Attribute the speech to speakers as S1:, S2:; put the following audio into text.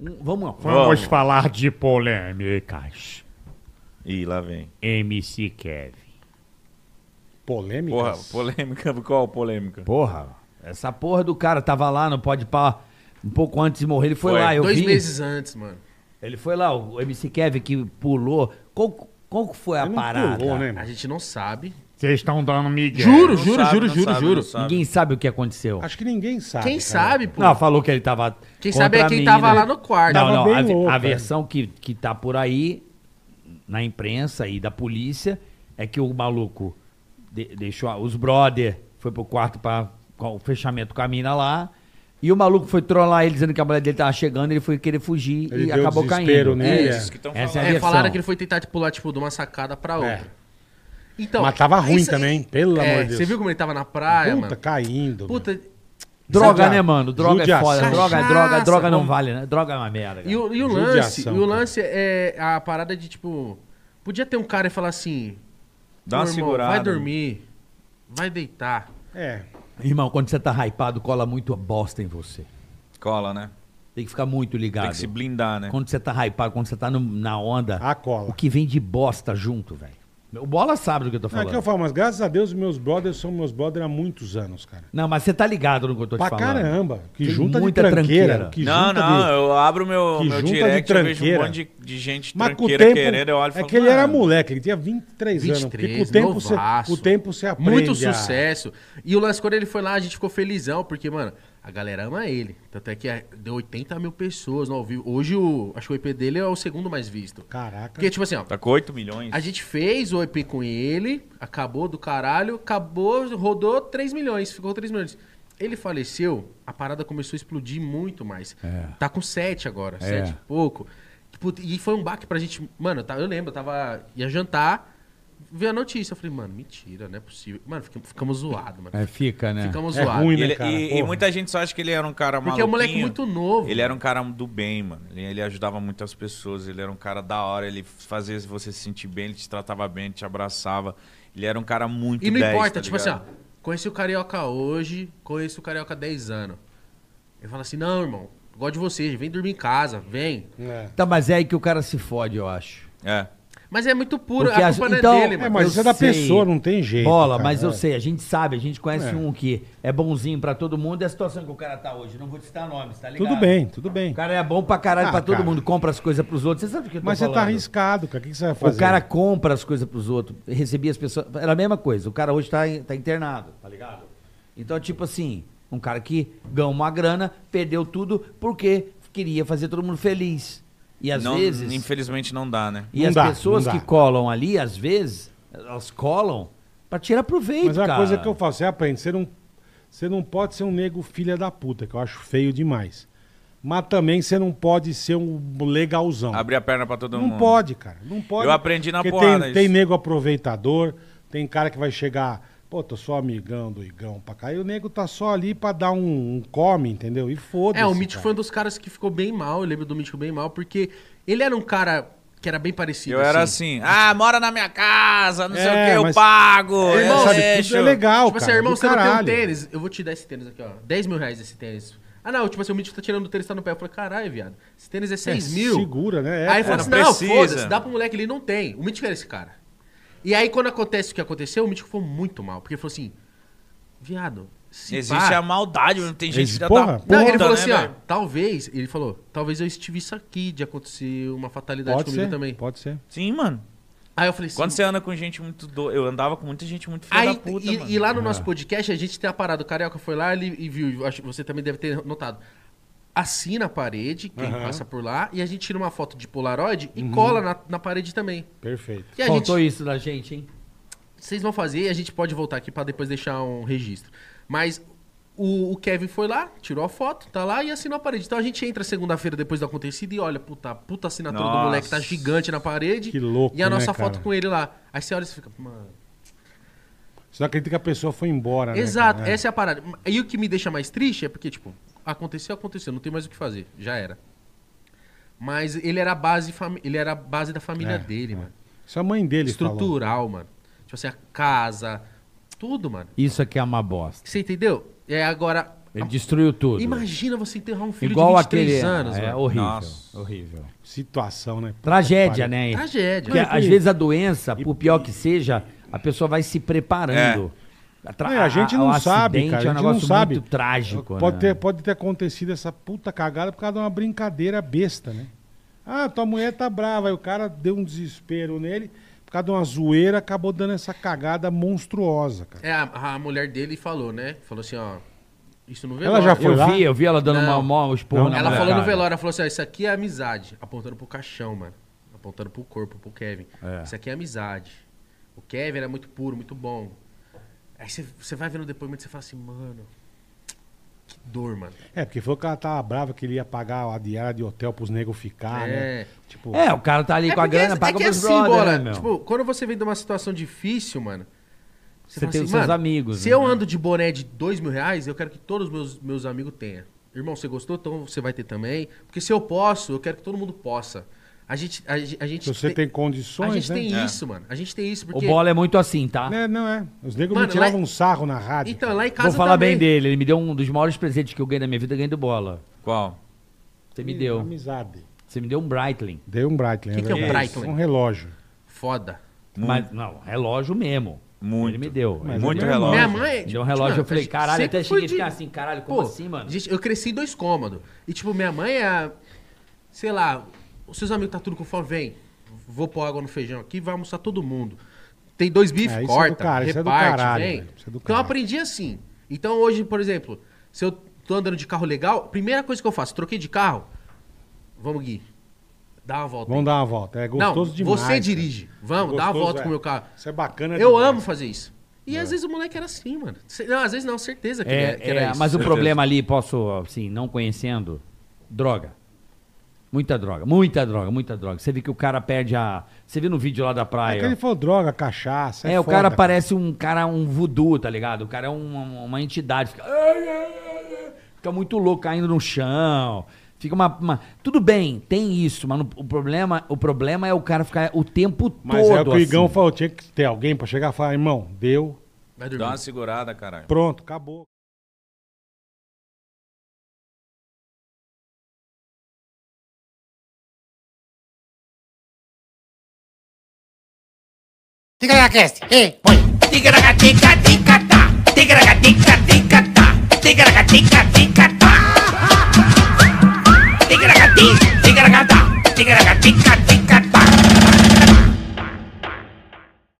S1: Um- vamos lá.
S2: Vamos.
S3: Vamos falar de polêmicas.
S2: Ih, lá vem.
S3: MC Kevin.
S2: Porra,
S4: Polêmicas.
S2: polêmica. Qual polêmica?
S1: Porra, essa porra do cara tava lá no Pode Pá um pouco antes de morrer. Ele foi,
S2: Foi.
S1: lá, eu
S5: Dois
S1: vi.
S5: meses antes, mano.
S1: Ele foi lá, o MC Kevin que pulou. Qual, qual que foi a
S4: Ele não
S1: parada?
S4: pulou, né,
S5: A
S4: mano?
S5: gente não sabe.
S3: Vocês estão dando migué.
S5: Juro,
S2: É, Não
S5: juro,
S2: sabe,
S5: juro,
S2: não
S5: juro,
S2: sabe,
S5: juro.
S2: não sabe.
S1: Ninguém sabe o que aconteceu.
S4: Acho que ninguém sabe.
S5: Quem
S4: cara.
S5: sabe, pô. É,
S1: Não, falou que ele tava.
S5: Quem sabe é
S1: contra a
S5: quem
S1: mina.
S5: tava lá no quarto.
S1: Não,
S4: Tava
S1: não,
S4: bem
S1: a, ve-
S4: louco,
S1: a
S4: cara.
S1: versão que, que tá por aí, na imprensa e da polícia, é que o maluco de- deixou a- os brother, foi pro quarto pra com o fechamento com a mina lá, e o maluco foi trollar ele dizendo que a mulher dele tava chegando, ele foi querer fugir
S4: Ele
S1: e
S4: deu
S1: acabou
S4: desespero
S1: caindo.
S4: nele,
S1: É,
S4: é.
S1: isso que tão Essa é a
S5: É,
S1: versão.
S5: falaram que ele foi tentar tipo, pular, tipo, de uma sacada pra outra. Então,
S4: Mas tava ruim
S5: isso aí-
S4: também, pelo
S5: É,
S4: amor de Deus.
S5: Você viu como ele tava na praia,
S4: Puta,
S5: mano?
S4: caindo. mano.
S5: Puta,
S1: Droga,
S4: Judia-
S1: né, mano? Droga é
S4: judiação.
S1: foda. Droga,
S5: Cachaça,
S1: droga, droga não
S5: vamos-
S1: vale, né? Droga é uma merda.
S5: E o, e o
S4: Judiação,
S5: lance, e o
S4: cara.
S5: lance é a parada de tipo. Podia ter um cara e falar assim:
S2: Dá
S5: "Meu
S2: uma
S5: irmão,
S2: segurada. né?"
S5: Vai dormir, vai deitar.
S4: É.
S1: cara. Irmão, quando você tá hypado, cola muito a bosta em você.
S2: Cola, né?
S1: Tem que ficar muito ligado.
S2: Tem que se blindar,
S4: É.
S2: né?
S1: Quando você tá hypado, quando você tá no- na onda,
S4: A cola.
S1: o que vem de bosta junto, velho. O Bola sabe do que eu tô
S4: Não, é
S1: falando.
S4: que eu falo, mas graças a Deus, meus brothers são meus brothers há muitos anos, cara.
S1: Não, mas você tá ligado no que eu tô te
S4: Pra
S1: falando.
S4: caramba. Que
S1: Tem
S4: junta
S1: muita
S4: de tranqueira.
S1: tranqueira.
S4: Que
S2: não,
S4: junta
S2: não,
S4: de...
S2: eu abro meu,
S4: que
S2: meu
S4: junta de
S2: direct, eu vejo um
S4: tranqueira.
S2: monte de, de gente
S4: Mas com o
S2: tranqueira
S4: tempo,
S2: querendo, eu olho e
S4: é
S2: falo,
S4: que ele era
S2: "Mano,
S4: moleque, ele tinha 23, anos. Porque com
S5: 23,
S4: o tempo, você,
S5: novaço.
S4: o tempo você aprende.
S5: Muito
S4: a-
S5: sucesso. E o lance, quando ele foi lá, a gente ficou felizão, porque, mano, a galera ama ele. Tanto é que é- deu 80 mil pessoas no ao vivo. Hoje, o, acho que o EP dele é o segundo mais visto.
S4: Caraca.
S5: Porque, tipo assim, ó,
S2: Tá com 8 milhões.
S5: a gente fez o EP com ele, acabou do caralho, acabou, rodou 3 milhões, ficou 3 milhões. Ele faleceu, a parada começou a explodir muito mais.
S2: É.
S5: Tá com 7 agora, 7 e pouco. Tipo, E foi um baque pra gente. Mano, eu tava- eu lembro, eu tava. ia jantar, vi a notícia. Eu falei, mano, mentira, não é possível. Mano, fica- ficamos zoados, mano.
S1: É, fica, né?
S5: Ficamos
S4: É
S5: zoados.
S4: ruim,
S2: E,
S4: né,
S2: ele-
S4: cara?
S2: e- e
S4: Porra.
S2: muita gente só acha que ele era um cara
S5: Porque é um moleque
S2: maluquinho.
S5: muito novo.
S2: Ele era um cara do bem, mano. Ele, ele ajudava muitas pessoas, ele era um cara da hora, ele fazia você se sentir bem, ele te tratava bem, ele te abraçava. Ele era um cara muito
S5: E não
S2: 10,
S5: importa,
S2: tá
S5: tipo assim, ó,
S2: ligado?
S5: conheci o Carioca hoje, conheço o Carioca há 10 anos. Ele fala assim, não, irmão, gosto de você, vem dormir em casa, vem.
S4: É.
S1: Tá, mas é aí que o cara se fode, eu acho.
S2: É.
S5: Mas é muito puro,
S1: Porque
S5: a
S1: as-
S5: culpa não é
S1: então-
S5: dele,
S4: É,
S5: mano.
S4: mas
S1: Eu
S4: isso é da
S1: sei.
S4: pessoa, não tem jeito.
S1: Bola,
S4: cara.
S1: mas eu
S4: É.
S1: sei, a gente sabe, a gente conhece
S4: É.
S1: um que é bonzinho pra todo mundo, é a situação que o cara tá hoje. Não vou te citar nomes, tá ligado?
S4: Tudo bem, tudo bem.
S1: O cara é bom pra caralho
S4: Ah,
S1: pra todo
S4: cara.
S1: mundo, compra as coisas pros outros. Você sabe o que eu tô
S4: Mas você
S1: falando?
S4: tá arriscado, cara. O que que você vai fazer?
S1: O cara compra as coisas pros outros, recebia as pessoas. Era a mesma coisa. O cara hoje tá, tá internado, tá ligado? Então, tipo assim, um cara que ganhou uma grana, perdeu tudo porque queria fazer todo mundo feliz. E às
S2: Não-
S1: vezes.
S2: Infelizmente não dá, né?
S1: E
S4: Não
S1: as
S4: dá,
S1: pessoas
S4: não
S1: que
S4: dá.
S1: colam ali, às vezes, elas colam pra tirar proveito,
S4: Mas é uma
S1: cara.
S4: coisa que eu falo, você aprende, você não, você não pode ser um nego filha da puta, que eu acho feio demais. Mas também você não pode ser um legalzão.
S2: Abrir a perna pra todo
S4: não
S2: mundo.
S4: pode, cara. Não pode.
S2: Eu aprendi na
S4: Porque
S2: porrada
S4: tem,
S2: isso.
S4: tem nego aproveitador, tem cara que vai chegar, pô, tô só amigão do Igão pra cá. E o nego tá só ali pra dar um, um come, entendeu? E foda-se.
S5: É, o Mítico
S4: cara.
S5: foi um dos caras que ficou bem mal, eu lembro do Mítico bem mal, porque ele era um cara que era bem parecido.
S2: Eu era assim, ah, mora na minha casa, não sei
S4: É,
S2: o que, eu
S4: mas-
S2: pago.
S4: É,
S2: eu
S4: sabe,
S2: deixo.
S4: tudo é legal,
S5: tipo assim,
S4: cara.
S5: irmão,
S4: do
S5: você não
S4: caralho.
S5: tem um tênis, eu vou te dar esse tênis aqui, ó, 10 mil reais esse tênis. Ah, não, tipo assim, o Mítico tá tirando o tênis, tá no pé. Eu falei, caralho, viado, esse tênis é 6
S4: É,
S5: mil.
S4: Segura, né? É,
S5: aí
S4: cara.
S5: ele fala assim,
S2: não
S5: não,
S2: precisa.
S5: foda-se, dá pro moleque, ele não tem. O Mítico era esse cara. E aí, quando acontece o que aconteceu, o Mítico foi muito mal. Porque ele falou assim, viado, se
S2: Existe
S5: pá-
S2: a maldade, não tem gente
S4: assim, Existe-
S2: filha da
S4: porra,
S2: puta,
S5: Não, ele falou
S2: né,
S5: assim, ó,
S2: velho?
S5: talvez, ele falou, talvez eu estive isso aqui de acontecer uma fatalidade
S4: Pode
S5: comigo
S4: ser,
S5: também.
S4: pode ser.
S2: Sim, mano.
S5: Aí eu falei assim,
S2: Quando você anda com gente muito doida, eu andava com muita gente muito filha da
S5: aí,
S2: puta, mano. É.
S5: e, e lá no nosso podcast, a gente tem a parada, o Carioca foi lá ele, e viu, eu acho que você também deve ter notado, assina a parede, quem passa por lá, e a gente tira uma foto de Polaroid
S2: Uhum.
S5: e cola na, na parede também.
S4: Perfeito.
S5: E a gente,
S1: Faltou isso da gente, hein?
S5: vocês vão fazer e a gente pode voltar aqui pra depois deixar um registro. Mas o, o Kevin foi lá, tirou a foto, tá lá e assinou a parede. Então a gente entra segunda-feira depois do acontecido e olha, puta, a puta assinatura do
S2: Nossa.
S5: moleque tá gigante na parede.
S4: Que louco,
S5: E a
S4: né,
S5: nossa
S4: cara?
S5: foto com ele lá. Aí você olha e você fica, mano.
S4: Você não acredita que a pessoa foi embora, né?
S5: Exato,
S4: cara? É.
S5: essa é a parada. E o que me deixa mais triste é porque, tipo, aconteceu, aconteceu, não tem mais o que fazer, já era. Mas ele era a base, fami- ele era a base da família
S4: É,
S5: dele, mano.
S4: Isso a mãe dele falou.
S5: Estrutural, mano. Tipo assim, a casa, tudo, mano.
S1: Isso aqui é uma bosta.
S5: Você entendeu? É agora.
S1: Ele destruiu tudo.
S5: Imagina você enterrar um filho
S1: Igual
S5: de 23
S1: aquele.
S5: anos,
S1: é
S5: velho.
S1: horrível.
S2: Nossa.
S1: Horrível.
S4: Situação, né? Puta que
S1: Tragédia,
S4: pariu.
S1: né?
S5: Tragédia.
S1: Porque
S4: Não, e
S1: às
S4: por-
S1: vezes a doença, por pior que seja, a pessoa vai se preparando. Tra-
S4: É, a gente não
S1: o
S4: sabe,
S1: acidente
S4: cara.
S1: É
S4: A
S1: um
S4: gente não
S1: negócio
S4: sabe.
S1: muito trágico.
S4: Pode,
S1: né?
S4: ter, pode ter acontecido essa puta cagada por causa de uma brincadeira besta, né? Ah, tua mulher tá brava. Aí o cara deu um desespero nele. Por causa de uma zoeira, acabou dando essa cagada monstruosa, cara.
S5: É, a, a mulher dele falou, né? Falou assim, ó. Isso não vê
S4: Ela já foi
S1: Eu
S4: lá?
S1: vi, eu vi ela dando
S5: Não.
S1: uma mó esporro
S4: Não,
S1: na
S5: Ela falou
S1: molecada.
S5: no velório, ela falou assim, ó, isso aqui é amizade. Apontando pro caixão, mano. Apontando pro corpo, pro Kevin. Isso aqui é amizade. O Kevin era muito puro, muito bom. Aí você- você vai vendo o depoimento e você fala assim, mano, que dor, mano.
S4: É, porque foi que ela tava brava que ele ia pagar a diária de hotel pros negros ficar,
S5: É.
S4: né? Tipo,
S1: É, o cara tá ali com a
S5: porque
S1: grana,
S5: é
S1: paga
S5: que
S1: meus
S5: assim,
S1: brother,
S5: Bola,
S1: né, meu?
S5: Tipo, quando você vem de uma situação difícil, mano.
S1: Você
S5: fala assim,
S1: tem os seus amigos,
S5: Se
S1: né?
S5: eu ando de boné de dois mil reais, eu quero que todos os meus, meus amigos tenham. Irmão, você gostou? Então você vai ter também. Porque se eu posso, eu quero que todo mundo possa. A gente, a, ge- a gente
S4: se você tem, condições,
S5: A gente
S4: né?
S5: tem
S2: É.
S5: isso, mano. A gente tem isso
S1: O
S5: porque...
S1: Bola é muito assim, tá?
S4: É, não é. Os negros
S5: Mano,
S4: me tiravam
S5: lá-
S4: um sarro na rádio.
S5: Então,
S4: cara.
S5: lá em casa
S1: Vou falar
S5: também.
S1: bem dele. Ele me deu um dos maiores presentes que eu ganhei na minha vida, ganhei do Bola.
S2: Qual?
S1: Você me deu.
S4: Amizade.
S1: Você me deu um Breitling.
S4: Deu um Breitling.
S5: Que que é um
S4: verdade.
S5: Breitling?
S4: Um relógio.
S5: Foda.
S1: Mas, não, relógio mesmo.
S2: Muito.
S1: Ele me deu.
S4: Mas
S2: Muito
S4: é meu irmão.
S2: relógio.
S5: Minha mãe... tipo,
S1: Me deu um relógio,
S4: tipo,
S1: eu falei,
S5: a gente
S1: caralho, até
S5: sempre
S1: cheguei
S5: foi
S1: a ficar assim, caralho, como assim, mano?
S5: gente, eu cresci em dois cômodos. E, tipo, minha mãe é. Sei lá, os seus amigos tá tudo com fome, vem. Vou pôr água no feijão aqui, vai almoçar todo mundo. Tem dois bifes,
S4: É, isso é
S5: corta,
S4: do cara, isso é do
S5: reparte,
S4: caralho,
S5: vem.
S4: velho, isso é do
S5: então eu
S4: caralho.
S5: aprendi assim. Então hoje, por exemplo, se eu tô andando de carro legal, primeira coisa que eu faço, troquei de carro, vamos, Gui, dá uma volta.
S4: Vamos
S5: aí.
S4: dar uma volta. É gostoso
S5: Não,
S4: demais.
S5: você
S4: cara.
S5: dirige. Vamos,
S4: É
S5: dá uma
S4: gostoso,
S5: volta
S4: é.
S5: com o meu carro.
S4: Isso é bacana
S5: Eu
S4: demais. É.
S5: amo fazer isso. E às vezes o moleque era assim, mano. Se- Não, às vezes não, certeza que,
S1: É,
S5: ele- que era
S1: é,
S5: isso.
S1: mas o
S2: Certeza.
S1: problema ali, posso, assim, não conhecendo, droga. Muita droga, muita droga, muita droga. Você vê que o cara perde a. Você viu no vídeo lá da praia.
S4: É que ele falou droga, cachaça.
S1: É, o
S4: foda,
S1: cara parece um cara, um voodoo, tá ligado? O cara é uma, uma entidade. Fica... fica muito louco caindo no chão. Fica uma, uma- Tudo bem, tem isso, mas não- o, problema, o problema é o cara ficar o tempo
S4: Mas
S1: todo.
S4: é o que o Igão
S1: assim.
S4: falou. Tinha que ter alguém pra chegar e falar, irmão, deu,
S5: Vai dormir.
S2: Dá uma segurada, caralho.
S4: pronto, acabou.
S6: Tigra la cast, eh, voy. Tigra la tica,